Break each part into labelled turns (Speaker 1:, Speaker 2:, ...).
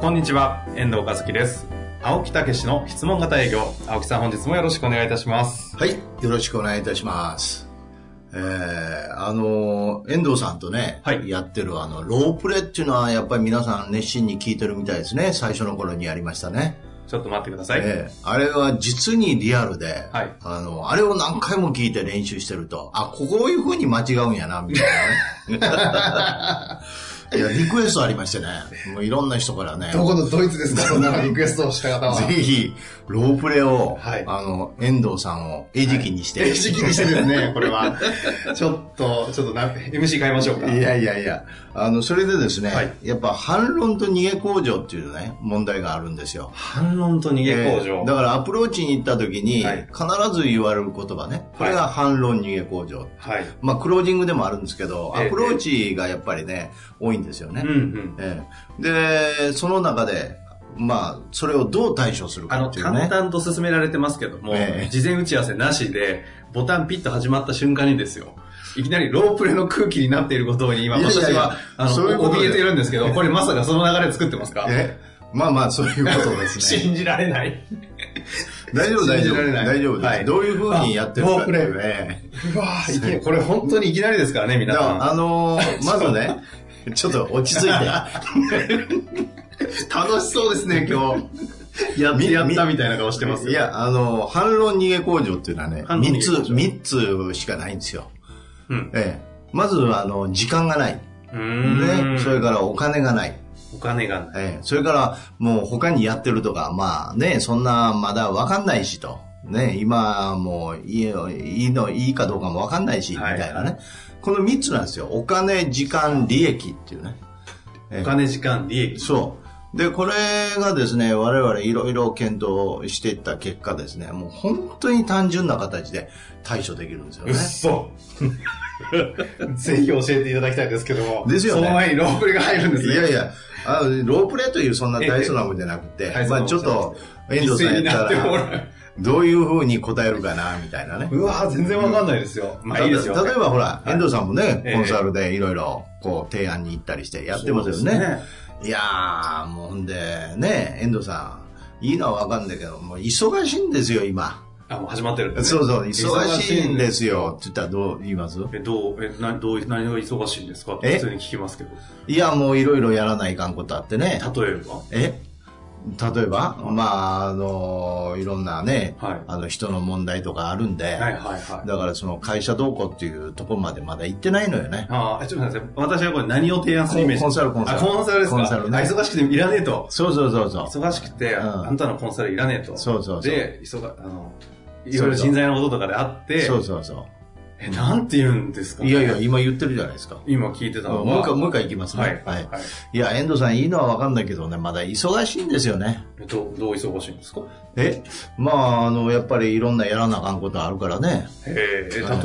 Speaker 1: こんにちは、遠藤和樹です。青木武の質問型営業。青木さん本日もよろしくお願いいたします。
Speaker 2: はい、よろしくお願いいたします。えー、あの、遠藤さんとね、
Speaker 1: はい
Speaker 2: やってるあの、ロープレっていうのはやっぱり皆さん熱心に聞いてるみたいですね。最初の頃にやりましたね。
Speaker 1: ちょっと待ってください。
Speaker 2: えーあれは実にリアルで、
Speaker 1: はい
Speaker 2: あの、あれを何回も聞いて練習してると、あ、こういう風に間違うんやな、みたいな ね。いや、リクエストありましてね、もういろんな人からね、
Speaker 3: どこのドイツですか、そんなリクエストをした方は。
Speaker 2: ぜひ、ロープレを、
Speaker 3: はい
Speaker 2: あの、遠藤さんを餌食にして、
Speaker 3: え、時期にしてです ね、これは。ちょっと、ちょっとな、
Speaker 1: MC 変えましょうか。
Speaker 2: いやいやいや、あの、それでですね、
Speaker 1: はい
Speaker 2: やっぱ反論と逃げ工場っていうね、問題があるんですよ。
Speaker 1: 反論と逃げ工場。
Speaker 2: えーだからアプローチに行った時に、
Speaker 1: はい
Speaker 2: 必ず言われる言葉ね、これ
Speaker 1: は
Speaker 2: が反論逃げ工場。
Speaker 1: はい。
Speaker 2: まあ、クロージングでもあるんですけど、
Speaker 1: ええ
Speaker 2: アプローチがやっぱりね、多いんですよね
Speaker 1: うん。うん。
Speaker 2: ええで、その中で、まあ、それをどう対処する
Speaker 1: あ
Speaker 2: か
Speaker 1: の、
Speaker 2: っていう
Speaker 1: 淡
Speaker 2: ね。
Speaker 1: 々と進められてますけども、
Speaker 2: ええ
Speaker 1: 事前打ち合わせなしで、ボタンピッと始まった瞬間にですよ、いきなりロープレの空気になっていることに今、
Speaker 2: いやい
Speaker 1: 私
Speaker 2: やいや
Speaker 1: は、あの、
Speaker 2: そういうことで
Speaker 1: 怯えてるんですけど、これまさかその流れ作ってますか
Speaker 2: えまあまあ、そういうことです ね。
Speaker 1: 信じられない。
Speaker 2: 大丈夫、大丈
Speaker 1: 信じ
Speaker 2: 夫。
Speaker 1: られない
Speaker 2: 大丈夫です。
Speaker 1: はい
Speaker 2: どういうふうにやってるか
Speaker 1: あロープレイ
Speaker 2: ええ
Speaker 1: うわぁ、いきなり これ本当にいきなりですからね、皆
Speaker 2: だか
Speaker 1: さん
Speaker 2: ら。あのーまずね、ちょっと落ち着いて。
Speaker 1: 楽しそうですね、今 日。やってやったみたいな顔してますよ
Speaker 2: い、や、あのー反論逃げ工場っていうのはね、
Speaker 1: 反論逃
Speaker 2: 三
Speaker 1: げ工場
Speaker 2: つ、三つしかないんですよ。
Speaker 1: うん
Speaker 2: ええまず、あの、時間がない。
Speaker 1: う
Speaker 2: ね。それ
Speaker 1: ら、
Speaker 2: からお金がない。
Speaker 1: お金がない。
Speaker 2: ええそれから、もう他にやってるとか、まあね、そんな、まだわかんないしと。ね、今、もう、いいよいいの、いいかどうかもわかんないし、み
Speaker 1: はい
Speaker 2: たいなね。この三つなんですよ。お金、時間、利益っていうね。ええ
Speaker 1: お金、時間、利益。
Speaker 2: そう。で、これがですね、我々いろいろ検討していった結果ですね、もう本当に単純な形で対処できるんですよ ね。
Speaker 3: そ。ぜひ教えていただきたいんですけども。
Speaker 2: ですよね
Speaker 3: その前にロープレが入るんです
Speaker 2: い
Speaker 3: ね。
Speaker 2: やいや、あのロープレというそんな大層なもんじゃなくて
Speaker 1: ええ、
Speaker 2: まあちょっと遠藤さんやった
Speaker 3: 犠牲になっ
Speaker 2: ら、どういうふうに答えるかな、みたいなね。
Speaker 1: うわぁ、全然わかんないですよ。まあいいですよ。
Speaker 2: た例えばほら、
Speaker 1: い
Speaker 2: 遠藤さんもね、
Speaker 1: ええ
Speaker 2: コンサルでいろいろこう提案に行ったりしてやってますよ
Speaker 1: そうです
Speaker 2: ね。
Speaker 1: ね
Speaker 2: いやー、もうほんでね、遠藤さん、いいのはわかんないけど、もう忙しいんですよ、今。
Speaker 1: あ、もう始まってる。。
Speaker 2: そうそう、忙しいんですすよって言ったらどう言います
Speaker 1: え、どう、え、な、どう、何が忙しいんですかって
Speaker 2: え
Speaker 1: 普通に聞きますけど。
Speaker 2: いや、もういろいろやらないかんことあってね。
Speaker 1: 例えば
Speaker 2: え例えば、まあ、あの、いろんなね、
Speaker 1: はい
Speaker 2: あの人の問題とかあるんで、
Speaker 1: はいはいはい。
Speaker 2: だからその会社どうこうっていうところまでまだ行ってないのよね。
Speaker 1: ああ、ちょっと待ってください。私はこれ何を提案するイメージ
Speaker 2: コンコンサルコンサル
Speaker 1: あ、コンサルですか。
Speaker 2: コンサルね
Speaker 1: あ忙しくていらねえと。
Speaker 2: そうそうそうそう。
Speaker 1: 忙しくて、
Speaker 2: うん
Speaker 1: あんたのコンサルいらねえと。
Speaker 2: そうそうそう
Speaker 1: で、忙、あの、いろいろ人材のこととかであって、
Speaker 2: そうそうそ
Speaker 1: え、なんて言うんですか
Speaker 2: う。いやいや、今言ってるじゃないですか。
Speaker 1: 今聞いてたの
Speaker 2: も
Speaker 1: は。
Speaker 2: う一回、もう一回行きますね。
Speaker 1: はい。はい。はい
Speaker 2: いや、遠藤さん、いいのはわかんないけどね、まだ忙しいんですよね。
Speaker 1: えどう、どう忙しいんですか
Speaker 2: えまあ、あの、やっぱりいろんなやらなあかんことあるからね。
Speaker 1: えー、え、例えば、
Speaker 2: は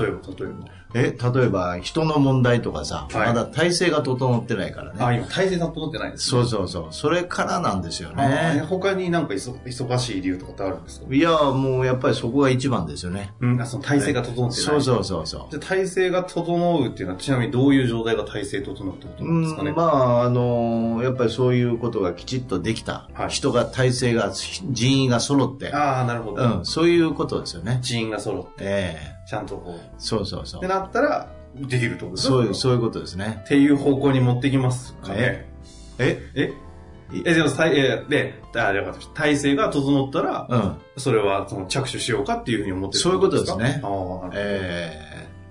Speaker 2: い
Speaker 1: 例え
Speaker 2: え、例えば人の問題とかさ、
Speaker 1: はい
Speaker 2: まだ体制が整ってないから
Speaker 1: ば。あ、
Speaker 2: ね。
Speaker 1: 今、体制さん整ってないです。
Speaker 2: そうそうそう。それからなんですよ
Speaker 1: あえ
Speaker 2: ね。
Speaker 1: 他になんか忙忙しい理由とかってあるんですか
Speaker 2: いや、もうやっぱりそこが一番ですよね。
Speaker 1: うん、あその体制が整ってない。。
Speaker 2: そうそうそうそう
Speaker 1: じゃあ体制が整うっていうのは、ちなみにどういう状態が体制整うってこと
Speaker 2: う。
Speaker 1: なんですかね。
Speaker 2: うん、まあ、あのやっぱりそういうことがきちっとできた、
Speaker 1: はい
Speaker 2: 人が体制が、人員が揃って、
Speaker 1: ああ、なるほど。
Speaker 2: うん、そういうことですよね。
Speaker 1: 人員が揃って、
Speaker 2: え
Speaker 1: ちゃんとこう。
Speaker 2: えそうそうそ
Speaker 1: って
Speaker 2: う。
Speaker 1: なったら、できるってことですね
Speaker 2: そういう、そういうことですね。
Speaker 1: っていう方向に持ってきますかね。
Speaker 2: え
Speaker 1: え
Speaker 2: い
Speaker 1: え、でも、体えで、あ、よかったです体制が整ったら、
Speaker 2: うん。
Speaker 1: それはその着手しようかっていうふうに思ってる
Speaker 2: そういうことですね
Speaker 1: かあーなるほど
Speaker 2: ええ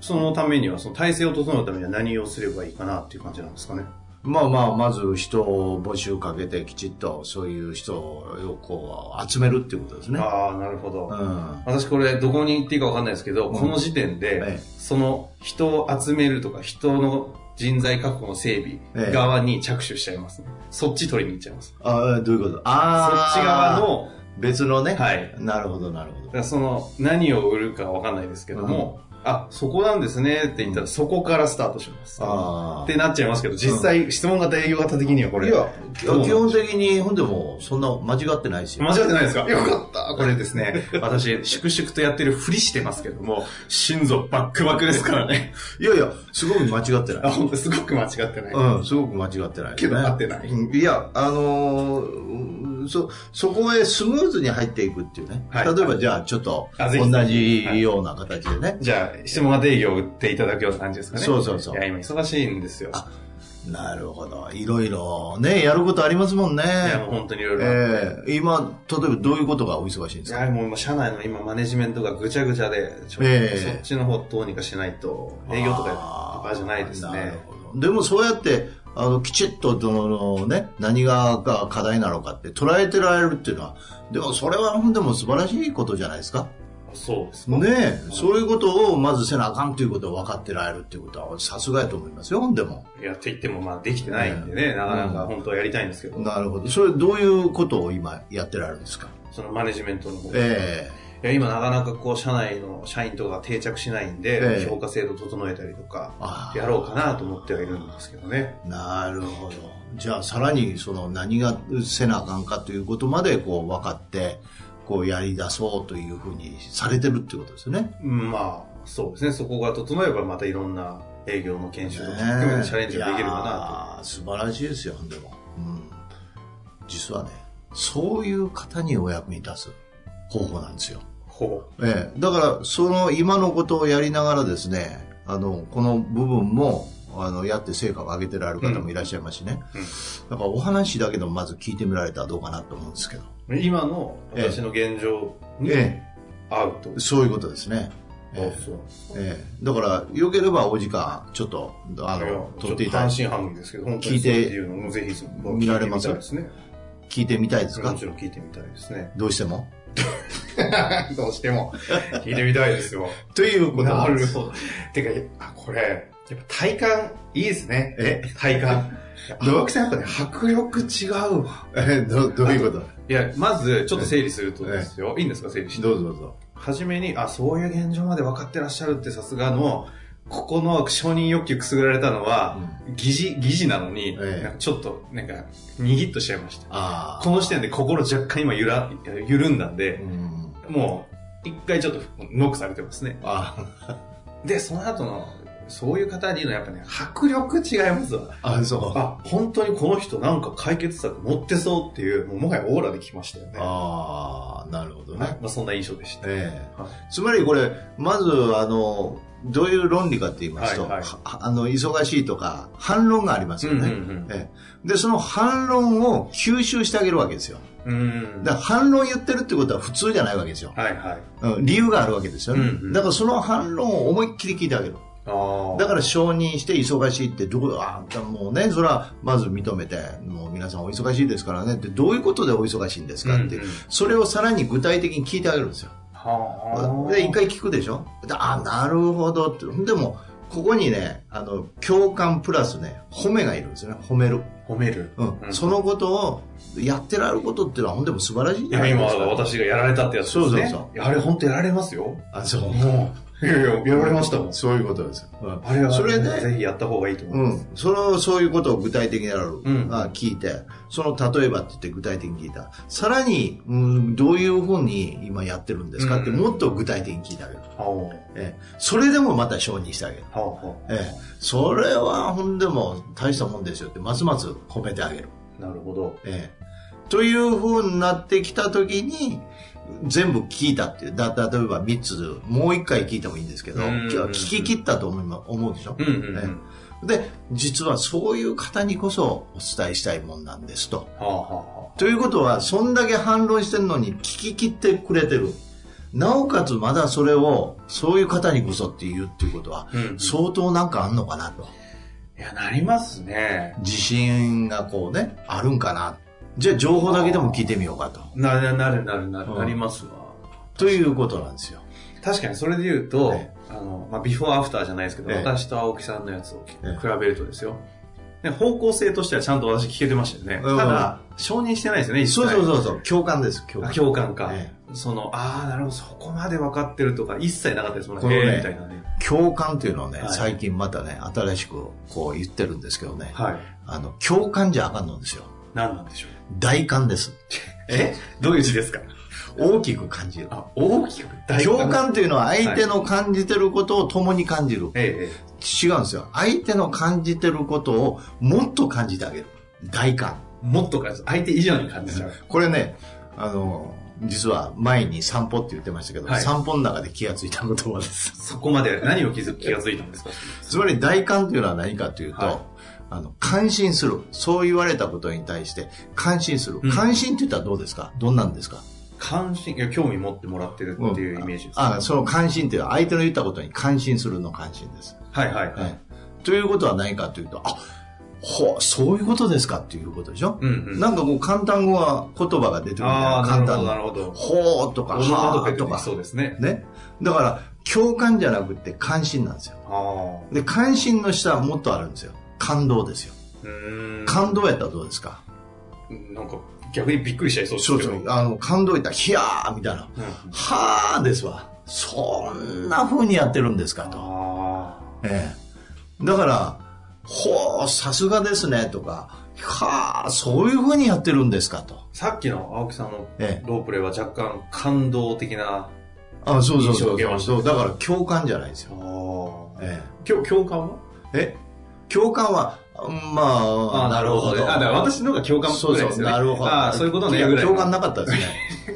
Speaker 1: そのためには、その体制を整うためには何をすればいいかなっていう感じなんですかね。
Speaker 2: まあまあ、まず人を募集かけてきちっとそういう人をこう集めるっていうことですね。
Speaker 1: ああ、なるほど。
Speaker 2: うん。
Speaker 1: 私これどこに行っていいかわかんないですけど、
Speaker 2: うん
Speaker 1: この時点で、
Speaker 2: ええ
Speaker 1: その人を集めるとか人の人材確保の整
Speaker 2: ええ
Speaker 1: 備側に着手しちゃいますね。そっち取りに行っちゃいます。
Speaker 2: ああ、どういうこと
Speaker 1: そ
Speaker 2: あ
Speaker 1: っ
Speaker 2: あ。
Speaker 1: ち側。の、
Speaker 2: 別のね。
Speaker 1: はい。
Speaker 2: なるほど、なるほ
Speaker 1: だからその、何を売るかわかんないですけども、あ、そこなんですねって言ったら、そこからスタートします。
Speaker 2: ど。ああ。
Speaker 1: ってなっちゃいますけど、実際、質問型営業型的にはこれ、
Speaker 2: いや、基
Speaker 1: どうなんでしょう
Speaker 2: 本的に、ほんでも、そんな間違ってないですよ。
Speaker 1: 間違ってないですかよかった。これですね、私、粛々とやってるふりしてますけども、心臓バックバックですからね。
Speaker 2: いやいや、すごく間違って
Speaker 1: あ、
Speaker 2: ない。
Speaker 1: 本当すごく間違ってない。
Speaker 2: うん、すごく間違ってない、
Speaker 1: けど合ってない
Speaker 2: うんいや、あのーうんそ、そこへスムーズに入っていくっていうね。
Speaker 1: はい
Speaker 2: 例えば、じゃあ、ちょっと、
Speaker 1: あぜひ
Speaker 2: 同じような形でね。
Speaker 1: じゃあ、質問型営業を売っていただくような感じですかね。
Speaker 2: そうそうそう
Speaker 1: いや、今忙しいんですよ。
Speaker 2: あなるほど。いろいろ、ね、やることありますもんね。
Speaker 1: いや、もう本当にいろいろ。
Speaker 2: ええ今、例えばどういうことがお忙しいんで
Speaker 1: い
Speaker 2: すか
Speaker 1: や、もう今、社内の今、マネジメントがぐちゃぐちゃで、ちょっと、
Speaker 2: ええ
Speaker 1: そっちの方どうにかしないと、営業とか場じゃないです
Speaker 2: あーなる
Speaker 1: ね。
Speaker 2: ほどでもそうやって、あの、きちっと、そのね、何が課題なのかって捉えてられるっていうのは、でもそれは、でも素晴らしいことじゃないですか。
Speaker 1: そうです
Speaker 2: ねえ、そういうことをまずせなあかんということを分かってられるっていうことは、さすがやと思いますよ、でも。
Speaker 1: やっていっても、まあ、できてないんでね、なかなか本当はやりたいんですけど、
Speaker 2: なるほど。それ、どういうことを今やってられるんですか
Speaker 1: そのマネジメントの方
Speaker 2: え
Speaker 1: いや今なかなかこう社内の社員とかが定着しないんで、
Speaker 2: ええ
Speaker 1: 評価制度整えたりとか
Speaker 2: ああ
Speaker 1: やろうかなと思ってはいるんですけどね
Speaker 2: えなるほど。じゃあ、さらに、その、何がせなあかんかということまで、こう、分かって、こう、やり出そうというふうにされてるっていうことですよね。
Speaker 1: うんまあそうですねそこが整えばまたいろんな営業の研修とか含め
Speaker 2: ね
Speaker 1: てチャレンジができるか
Speaker 2: なと素晴らしいですよでも、うん、実はねそういう方にお役に立つ方法なんですよ、
Speaker 1: なとほ
Speaker 2: ええ、だからその今のことをやりながらですねあのこの部分もあのやって成果を上げてられる方もいらっしゃいますしね、
Speaker 1: うんうん
Speaker 2: だからお話だけでもまず聞いてみられたらどうかなと思うんですけど、
Speaker 1: う今の私の現状に
Speaker 2: え
Speaker 1: 合うと、
Speaker 2: え、そういうことですねええ
Speaker 1: あそう
Speaker 2: ええ、だからよければお時間ちょっとあ
Speaker 1: いや
Speaker 2: の
Speaker 1: ちょ
Speaker 2: 取
Speaker 1: っ
Speaker 2: ってい
Speaker 1: と
Speaker 2: ただ
Speaker 1: 半
Speaker 2: いて
Speaker 1: 信半疑ですけど本当
Speaker 2: 聞
Speaker 1: に
Speaker 2: いて
Speaker 1: そうっていうのもぜひ
Speaker 2: 見られます
Speaker 1: 聞いてみたいですね
Speaker 2: 聞いてみたいですか
Speaker 1: もちろん聞いてみたいですね
Speaker 2: どうしても
Speaker 1: どうしても 聞いてみたいですよ
Speaker 2: というこ と
Speaker 1: な
Speaker 2: なんで
Speaker 1: る
Speaker 2: す
Speaker 1: ほど。てか、あ、これ、やっぱ体感、いいですね。
Speaker 2: え
Speaker 1: 体感。青木さんやっぱね、迫力違うわ。
Speaker 2: えどどういうこ
Speaker 1: いや、まず、ちょっと整理するとですよ。いいんですか、整理し
Speaker 2: と
Speaker 1: て。
Speaker 2: どうぞどうぞ。
Speaker 1: はじめに、あ、そういう現状まで分かってらっしゃるってさすがの、ここの承認欲求くすぐられたのは、疑似、疑似なのに、
Speaker 2: ええ
Speaker 1: なんかちょっと、なんか、にぎっとしちゃいました。
Speaker 2: ああ。
Speaker 1: この時点で心若干今揺ら、緩んだんで、
Speaker 2: うん。
Speaker 1: もう、一回ちょっとノックされてますね。
Speaker 2: あ
Speaker 1: で、その後の、そういう方に言うのはやっぱね、迫力違いますわ。
Speaker 2: あ、そう。あ
Speaker 1: あ、本当にこの人なんか解決策持ってそうっていう、もうもはやオーラで聞きましたよね。は
Speaker 2: あー、なるほど
Speaker 1: い
Speaker 2: ね。
Speaker 1: まあそんな印象でした。
Speaker 2: ええ
Speaker 1: はい
Speaker 2: つまりこれ、まず、あの、どういう論理かって言いますと、
Speaker 1: はいはい
Speaker 2: はあの、忙しいとか、反論がありますよね。
Speaker 1: うん
Speaker 2: ええで、その反論を吸収してあげるわけですよ。
Speaker 1: うんうん。うん。
Speaker 2: だから反論言ってるってことは普通じゃないわけですよ。
Speaker 1: はいはい。
Speaker 2: うん、理由があるわけですよね、
Speaker 1: うんうん
Speaker 2: だからその反論を思いっきり聞いてあげる。
Speaker 1: ああ。
Speaker 2: だから承認して忙しいってどうあもうねそれはまず認めてもう皆さんお忙しいですからねってどういうことでお忙しいんですかって、
Speaker 1: うんうん
Speaker 2: それをさらに具体的に聞いてあげるんですよ
Speaker 1: はあ。
Speaker 2: で一回聞くでしょであなるほどってでもここにねあの共感プラスね褒めがいるんですよね褒める、
Speaker 1: 褒める。
Speaker 2: うん
Speaker 1: うん
Speaker 2: そのことをやってられることっていうのはほんでも素晴らしいん
Speaker 1: い
Speaker 2: じゃな
Speaker 1: や、
Speaker 2: い
Speaker 1: 今
Speaker 2: ですか
Speaker 1: 私がやられたってやつですね。
Speaker 2: そうそうそう
Speaker 1: いやあれ本当やられますよ。
Speaker 2: あそう
Speaker 1: もう。いやいや、やられましたもん。
Speaker 2: そういうことです、うん
Speaker 1: あれは、
Speaker 2: それで、
Speaker 1: ぜひやった方がいいと思いうます。
Speaker 2: ん、そのそういうことを具体的にやる、
Speaker 1: ん
Speaker 2: あ聞いてその例えばって言って具体的に聞いたさらに、うん、どういうふうに今やってるんですかって、
Speaker 1: うん
Speaker 2: もっと具体的に聞いてあげる、
Speaker 1: はあは
Speaker 2: ええそれでもまた承認してあげる、
Speaker 1: あは
Speaker 2: ええそれはほんでも大したもんですよってますます褒めてあげる、
Speaker 1: あ。なるほど。
Speaker 2: ええというふうになってきた時に全部聞いたっていうだ例えば3つもう1回聞いてもいいんですけど、
Speaker 1: うんうんうん
Speaker 2: 聞き切ったと思いま思うでしょ、
Speaker 1: うんうんうん。
Speaker 2: えで、実はそういう方にこそお伝えしたいもんなんですと。
Speaker 1: はあはあは
Speaker 2: ということは、そんだけ反論してるのに聞き切ってくれてる。なおかつまだそれを、そういう方にこそって言うっていうことは
Speaker 1: あ。、うん
Speaker 2: 相当なんかあんのかなと。
Speaker 1: いや、なりますね。
Speaker 2: 自信がこうね、あるんかな。じゃあ情報だけでも聞いてみようかと。
Speaker 1: なるなるなるなる、
Speaker 2: うん
Speaker 1: なりますわ。
Speaker 2: ということなんですよ。
Speaker 1: 確かにそれで言うと、
Speaker 2: はい
Speaker 1: あの、まあ、ビフォーアフターじゃないですけど、
Speaker 2: ええ
Speaker 1: 私と青木さんのやつを比
Speaker 2: え
Speaker 1: べるとですよ、ね、方向性としてはちゃんと私聞けてましたよね。
Speaker 2: うん
Speaker 1: ただ、承認してないですよね、一切
Speaker 2: そうそうそうそう、共感です、共
Speaker 1: あ
Speaker 2: 感。
Speaker 1: 共感か。
Speaker 2: え
Speaker 1: その、ああ、なるほど、そこまで分かってるとか、一切なかったですもん
Speaker 2: この
Speaker 1: ね。
Speaker 2: ね
Speaker 1: へーみたいなね。
Speaker 2: 共感っていうのをね、
Speaker 1: はい
Speaker 2: 最近またね、新しくこう言ってるんですけどね、
Speaker 1: はい。
Speaker 2: あの、共感じゃあかんのですよ。
Speaker 1: 何なんでしょう。
Speaker 2: 大感です。
Speaker 1: えどういう字ですか
Speaker 2: 大きく感じる。
Speaker 1: あ、大きく大
Speaker 2: 共感というのは相手の感じてることを共に感じる。
Speaker 1: えええ
Speaker 2: 違うんですよ。相手の感じてることをもっと感じてあげる。大感。
Speaker 1: え、もっと感じ相手以上に感じちゃう。
Speaker 2: これね、あの、実は前に散歩って言ってましたけど、
Speaker 1: はい
Speaker 2: 散歩の中で気がついた言葉です。
Speaker 1: そこまで何を気づ気がついたんですか
Speaker 2: つまり大感というのは何かというと、
Speaker 1: はい
Speaker 2: あの、感心する。そう言われたことに対して、感心する。
Speaker 1: うん
Speaker 2: 関心って言ったらどうですかどんなんですか
Speaker 1: 関心、いや、興味持ってもらってるっていうイメージです。
Speaker 2: あ、その関心っていうのは相手の言ったことに関心するの関心です。
Speaker 1: はいはいはい。
Speaker 2: はい。ということは何かというと、あ、ほう、そういうことですかっていうことでしょ、
Speaker 1: うんうん。
Speaker 2: なんかこう簡単語は言葉が出てくるみたい
Speaker 1: あ
Speaker 2: な
Speaker 1: あ、な
Speaker 2: 簡
Speaker 1: るほ
Speaker 2: 単
Speaker 1: ど、な
Speaker 2: な。
Speaker 1: るほど。
Speaker 2: ほうとか、
Speaker 1: オノマト
Speaker 2: は
Speaker 1: ペ
Speaker 2: ーと
Speaker 1: とか
Speaker 2: か。
Speaker 1: そうですね。
Speaker 2: ね。だから、共感じゃなくて関心なんですよ。
Speaker 1: ああ。
Speaker 2: で、関心の下はもっとあるんですよ。感動ですよ。
Speaker 1: うーん。
Speaker 2: 感動やったらどうですか
Speaker 1: なんか、逆にびっくりしちゃいそうです
Speaker 2: そう
Speaker 1: け
Speaker 2: そ
Speaker 1: ど。
Speaker 2: う。あの、感動やったら、ひゃーみたいな。
Speaker 1: うん
Speaker 2: はーですわ。そんな風にやってるんですかと。
Speaker 1: あ
Speaker 2: ええ、だから、ほう、さすがですね、とか、はあ、そういうふうにやってるんですかと。
Speaker 1: ーさっきの青木さんの
Speaker 2: ええ、
Speaker 1: ロープレイは若干感動的な。
Speaker 2: あそうそう
Speaker 1: 印象
Speaker 2: そ
Speaker 1: を
Speaker 2: う
Speaker 1: 受けまし
Speaker 2: そう。だから共感じゃないですよ。
Speaker 1: あ
Speaker 2: え
Speaker 1: 共共感は
Speaker 2: え、え共感は、うんまあ、
Speaker 1: あ、だから私の方が共感っぽ
Speaker 2: そう
Speaker 1: い
Speaker 2: そ
Speaker 1: です
Speaker 2: う、
Speaker 1: よね。
Speaker 2: なるほど。
Speaker 1: ああ、そういうことね。
Speaker 2: や
Speaker 1: ぐらい
Speaker 2: 共感なかったですね。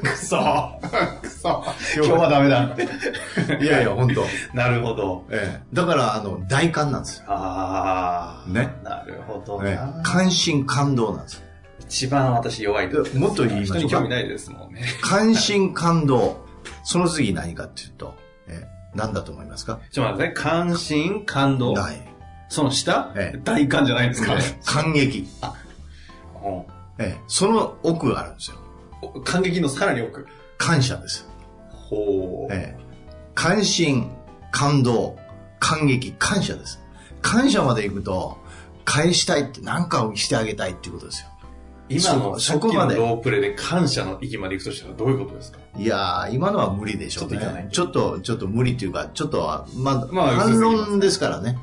Speaker 1: く そーくそー今
Speaker 2: 共
Speaker 1: 日
Speaker 2: 感
Speaker 1: はダメだ。
Speaker 2: いやいや、本当。
Speaker 1: なるほど。
Speaker 2: ええ、だから、あの、大感なんですよ。
Speaker 1: ああ。
Speaker 2: ね。
Speaker 1: なるほど
Speaker 2: え
Speaker 1: な
Speaker 2: え、。関心感動なんです
Speaker 1: 一番私弱いとこ
Speaker 2: よ。もっと言い
Speaker 1: 人
Speaker 2: まし
Speaker 1: に
Speaker 2: ょうか
Speaker 1: 興味。ないですもんね。
Speaker 2: 関心感動。その次何かっていうと、ええ、何だと思いますか
Speaker 1: ちょっと待ってね。関心、感動。
Speaker 2: ない。
Speaker 1: その下
Speaker 2: ええ
Speaker 1: 大感じゃないですか。
Speaker 2: 感激、
Speaker 1: うん
Speaker 2: ええ、その奥があるんですよ
Speaker 1: お感激のさらに奥。
Speaker 2: 感謝です、
Speaker 1: ほう。
Speaker 2: ええ、関心感動感激感謝です感謝まで行くと返したいって何かをしてあげたいっていうことですよ
Speaker 1: 今の
Speaker 2: そ
Speaker 1: さっ
Speaker 2: そこ
Speaker 1: き
Speaker 2: ま
Speaker 1: の
Speaker 2: で
Speaker 1: ロープレイで感謝の域まで行くとしたらどういうことですか
Speaker 2: いやー今のは無理でしょう
Speaker 1: ちょっといかない
Speaker 2: ねちょっとちょっと無理っていうかちょっとはまあ、
Speaker 1: まあ
Speaker 2: 反論ですからね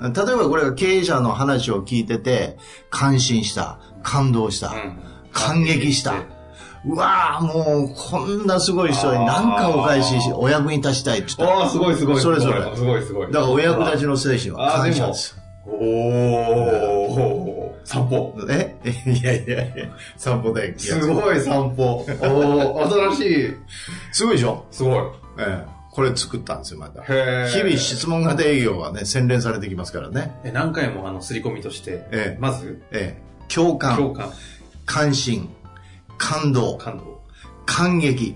Speaker 2: 例えばこれが経営者の話を聞いてて感心した感動した、感激した。うわぁ、もう、こんなすごい人に何かお返しし、お役に立ちたいって言ったら
Speaker 1: ああ、すごいすごい。
Speaker 2: それぞれ
Speaker 1: すごいすごい。
Speaker 2: だからお役立ちの精神は
Speaker 1: あーで
Speaker 2: 感
Speaker 1: も
Speaker 2: 謝です。
Speaker 1: おお散歩。
Speaker 2: え いやいやいや、散歩で。
Speaker 1: すごい散歩。おお新しい。
Speaker 2: すごいでしょ
Speaker 1: すごい。
Speaker 2: ええ。これ作ったんですよ、また。日
Speaker 1: へー
Speaker 2: 々質問型営業はね、洗練されてきますからね。
Speaker 1: え何回もあの、刷り込みとして、
Speaker 2: え
Speaker 1: まず、
Speaker 2: え。ええ。共
Speaker 1: 共
Speaker 2: 感、
Speaker 1: 感、
Speaker 2: 関心、感動、
Speaker 1: 感動。
Speaker 2: 感激、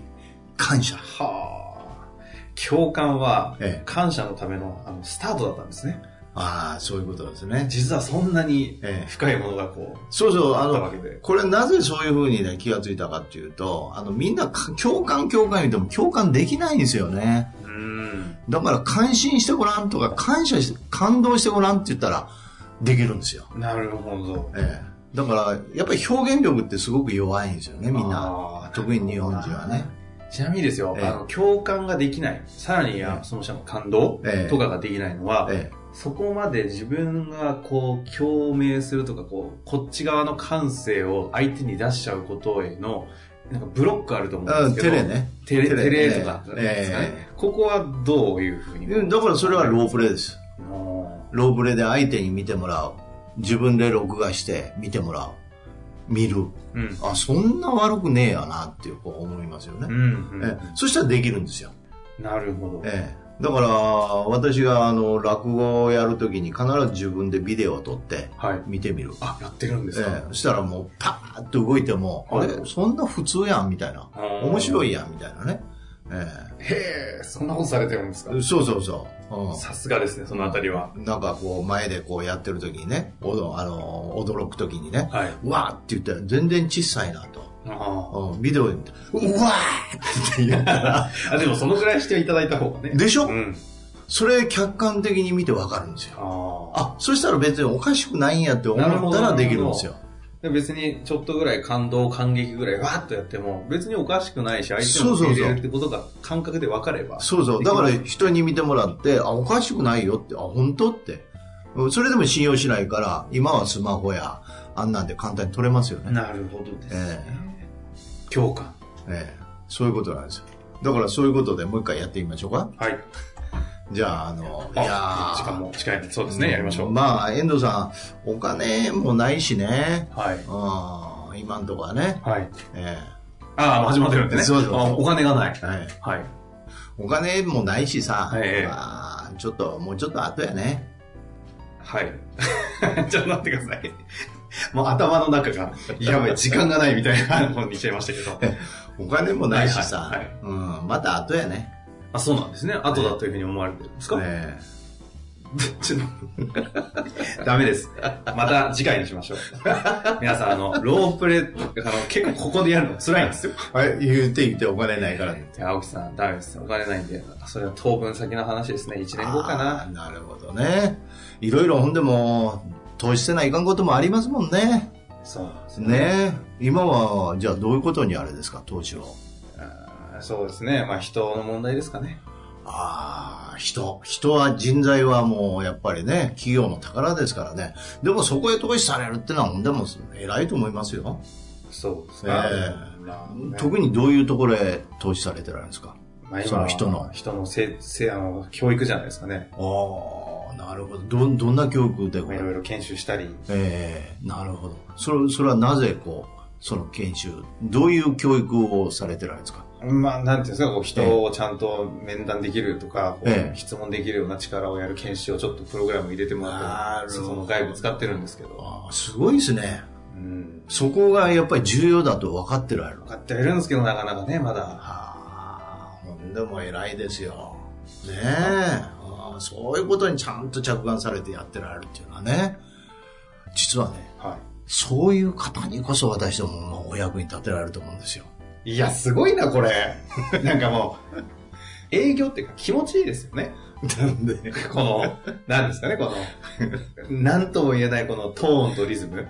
Speaker 2: 感謝。
Speaker 1: はあ。共感は
Speaker 2: ええ、
Speaker 1: 感謝のためのあのスタートだったんですね。
Speaker 2: ああ、そういうことですね。
Speaker 1: 実はそんなに
Speaker 2: ええ。
Speaker 1: 深いものがこう、
Speaker 2: そうそう、あ
Speaker 1: あった
Speaker 2: の
Speaker 1: わ、けで。
Speaker 2: これなぜそういうふうにね、気がついたかっていうと、あの、みんなか共感共感言っても共感できないんですよね。
Speaker 1: うん。
Speaker 2: だから感心してごらんとか、感謝し、感動してごらんって言ったら、できるんですよ。
Speaker 1: なるほど。
Speaker 2: ええ。だから、やっぱり表現力ってすごく弱いんですよね、みんな。
Speaker 1: な
Speaker 2: 特に日本人はね。
Speaker 1: ちなみにですよ、
Speaker 2: ええ
Speaker 1: あの共感ができない、さらに、あ
Speaker 2: ええ
Speaker 1: その人の感動
Speaker 2: ええ
Speaker 1: とかができないのは、
Speaker 2: え
Speaker 1: そこまで自分がこう共鳴するとかこう、こっち側の感性を相手に出しちゃうことへのなんかブロックあると思
Speaker 2: え。
Speaker 1: う
Speaker 2: うんん、
Speaker 1: ですけ
Speaker 2: 照
Speaker 1: ど、
Speaker 2: れね。
Speaker 1: 照れ
Speaker 2: 照れ
Speaker 1: 照れとか
Speaker 2: ええ
Speaker 1: ですかね、
Speaker 2: え
Speaker 1: ここはどういうふうに、
Speaker 2: うんだからそれはロープレイです。
Speaker 1: も
Speaker 2: ロープレイで相手に見てもらう。自分で録画して見てもらう。見る。
Speaker 1: ううん
Speaker 2: あ、そんな悪くねえやなっていうこう思いますよね。
Speaker 1: うん、う
Speaker 2: え
Speaker 1: ん
Speaker 2: え、そしたらできるんですよ。
Speaker 1: なるほど、
Speaker 2: ええ、だから、私があの落語をやるときに必ず自分でビデオを撮って
Speaker 1: はい
Speaker 2: 見てみる。
Speaker 1: あやってるんですか、
Speaker 2: ええ、そしたらもうパーッと動いても、
Speaker 1: はい
Speaker 2: あれそんな普通やんみたいな。面白
Speaker 1: い
Speaker 2: いやんみたいなね。え
Speaker 1: へえそんなことされてるんですか
Speaker 2: え、そうそうそう。うん
Speaker 1: さすがですねそのあたりは、
Speaker 2: なんかこう前でこうやってるときにね、おどあの驚くときにね、
Speaker 1: はい
Speaker 2: わーって言ったら全然小さいなと。
Speaker 1: ああ
Speaker 2: うん、ビデオで見て、うわーって言ったら、
Speaker 1: あでもそのぐらいしていただいた方がね。
Speaker 2: でしょ
Speaker 1: うん。
Speaker 2: それ客観的に見てわかるんですよ。
Speaker 1: ああ。
Speaker 2: あ、そしたら別におかしくないんやって思ったらできるんですよ。
Speaker 1: で別にちょっとぐらい感動、感激ぐらいわーっとやっても、別におかしくないし、相手
Speaker 2: そ
Speaker 1: も
Speaker 2: うそうそう
Speaker 1: 受け入れるってことが感覚で分かれば。
Speaker 2: そうそう。だから人に見てもらって、あ、おかしくないよって、あ、本当って。うんそれでも信用しないから、今はスマホや、あんなんで簡単に撮れますよね。
Speaker 1: なるほどです、
Speaker 2: え
Speaker 1: 共感。
Speaker 2: ええそういうことなんですよ。だからそういうことでもう一回やってみましょうか。
Speaker 1: はい。
Speaker 2: じゃあ、あの、い
Speaker 1: あ
Speaker 2: やー
Speaker 1: 時間も近いのでそうですね、やりましょう。
Speaker 2: まあ、遠藤さん、お金もないしね。
Speaker 1: はい。
Speaker 2: うん、今んとこはね。
Speaker 1: はい。
Speaker 2: え
Speaker 1: ああ、始まってるんでね。
Speaker 2: そうそう
Speaker 1: あお金がない
Speaker 2: え。はい。
Speaker 1: はい。
Speaker 2: お金もないしさ、
Speaker 1: はい
Speaker 2: まあ、ちょっと、もうちょっと後やね。
Speaker 1: はい。 ちょっと待ってください。もう頭の中が、やばい、時間がないみたいな方にしちゃいましたけど。
Speaker 2: お金もないしさ、
Speaker 1: はいはいはい
Speaker 2: うん、また後やね。
Speaker 1: あ、そうなんですね。後だというふうに思われてるんですか、
Speaker 2: え
Speaker 1: ちょっと ダメです。また次回にしましょ う。皆さん、あの、ロープレ、あの結構ここでやるの辛いんですよ。
Speaker 2: えはい、言うて言ってお金ないから。
Speaker 1: いや青木さん、ダメです。お金ないんで、それは当分先の話ですね。1年後か
Speaker 2: あ
Speaker 1: な。
Speaker 2: ーなるほどね。いろいろほんでも、投資せないかんこともありますもんね。
Speaker 1: そうなんですね。
Speaker 2: ね今は、じゃあどういうことにあれですか、投資を。
Speaker 1: あーそうですね。まあ、人の問題ですかね。
Speaker 2: ああ、人。人は、人材はもう、やっぱりね、企業の宝ですからね。でもそこへ投資されるってのは、ほんでも、偉いと思いますよ。
Speaker 1: そうです
Speaker 2: ね
Speaker 1: ね。まあ
Speaker 2: 特にどういうところへ投資されてるんですか
Speaker 1: まあ、
Speaker 2: そ
Speaker 1: 今
Speaker 2: の
Speaker 1: は
Speaker 2: 人の
Speaker 1: 人のせせあの教育じゃないですかね。
Speaker 2: ああ、なるほど。ど、どんな教育でこ
Speaker 1: まあい
Speaker 2: れ
Speaker 1: ろいろ研修したり、
Speaker 2: ええなるほど。それ、それはなぜこう、その研修、どういう教育をされてるんですか
Speaker 1: まあ、なんていうんですか、こう人をちゃんと面談できるとか、こう
Speaker 2: ええ
Speaker 1: 質問できるような力をやる研修をちょっとプログラム入れてもら
Speaker 2: な
Speaker 1: っ
Speaker 2: る
Speaker 1: て、
Speaker 2: ほど
Speaker 1: その外部使ってるんですけど、
Speaker 2: ああ、すごいですね。
Speaker 1: うん、
Speaker 2: そこがやっぱり重要だと分かってるやろ
Speaker 1: 分。かってはいるんですけど、なかなかね、まだ。
Speaker 2: ああ、ほんでも偉いですよ。ねえ。ああそういうことにちゃんと着眼されてやってられるっていうのはね。実はね、
Speaker 1: は
Speaker 2: そういう方にこそ私どももお役に立てられると思うんですよ。
Speaker 1: い。いや、すごいな、これ。 なんかもう、営業っていうか気持ちいいですよね。
Speaker 2: なんで
Speaker 1: この、なんですかね、この、なんとも言えないこのトーンとリズム。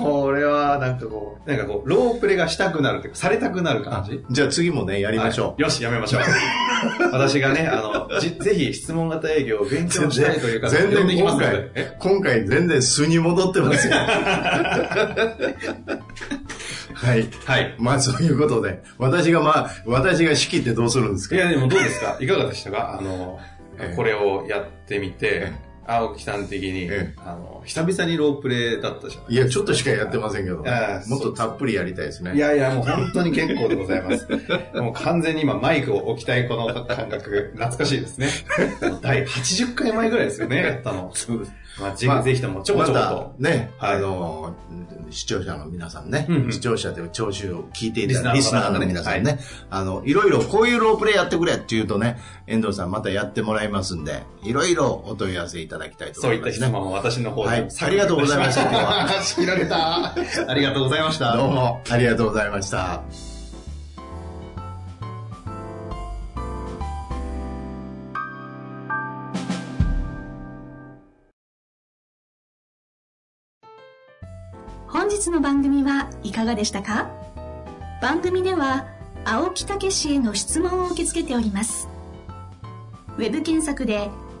Speaker 1: これは、なんかこう、なんかこう、ロープレがしたくなるっていうか、されたくなる感じ
Speaker 2: じゃあ次もね、やりましょう。
Speaker 1: はいよし、やめま しょう。私がね、あの、じ ぜひ質問型営業を勉強したいという方、
Speaker 2: 全然
Speaker 1: 呼んできますの
Speaker 2: 今
Speaker 1: で
Speaker 2: 回。
Speaker 1: え
Speaker 2: 今回全然素に戻って ますよ。はい。
Speaker 1: はい。
Speaker 2: まあそういうことで、私がまあ、私が仕切ってどうするんです
Speaker 1: い
Speaker 2: か
Speaker 1: や、でもどうですかいかがでしたかあの、
Speaker 2: ええ
Speaker 1: これをやってみて
Speaker 2: え、
Speaker 1: 青木さん的に
Speaker 2: ええ、
Speaker 1: あの、久々にロープレだったじゃない
Speaker 2: いや、ちょっとしかやってませんけど、
Speaker 1: ああ
Speaker 2: もっとたっぷりやりたいですね。
Speaker 1: いやいや、もう本当に結構でござい ます。もう完全に今マイクを置きたいこの感覚、懐かしいですね。第80回前ぐらいですよね、 やったの。
Speaker 2: そうです、
Speaker 1: まあ、ぜ
Speaker 2: まあ
Speaker 1: ひぜひともちょこ
Speaker 2: ま
Speaker 1: ちょこ
Speaker 2: た
Speaker 1: と。
Speaker 2: ね、
Speaker 1: はい
Speaker 2: あの、視聴者の皆さんね、
Speaker 1: うんうん
Speaker 2: 視聴者で聴衆を聞いていたリ
Speaker 1: リ
Speaker 2: ス
Speaker 1: ス
Speaker 2: ナ
Speaker 1: ナ
Speaker 2: ー
Speaker 1: ー
Speaker 2: の
Speaker 1: の
Speaker 2: 皆
Speaker 1: 皆
Speaker 2: さ
Speaker 1: さ
Speaker 2: ん
Speaker 1: ん
Speaker 2: ね、
Speaker 1: ね
Speaker 2: あの、いろいろこういうロープレイやってくれって言うとね、遠藤さんまたやってもらいますんで、いろいろお問い合わせいただきたいと
Speaker 1: そう
Speaker 2: 思
Speaker 1: いった
Speaker 2: います
Speaker 1: 質
Speaker 2: ね。
Speaker 1: 問も私の方で。
Speaker 2: はい。ありがとうございました、今日は。
Speaker 1: 仕切られた。 ありがとうございました。
Speaker 2: どうも、ありがとうございました。
Speaker 4: 本日の番組はいかがでしたか番組では青木武氏への質問を受け付けておりますウェブ検索で「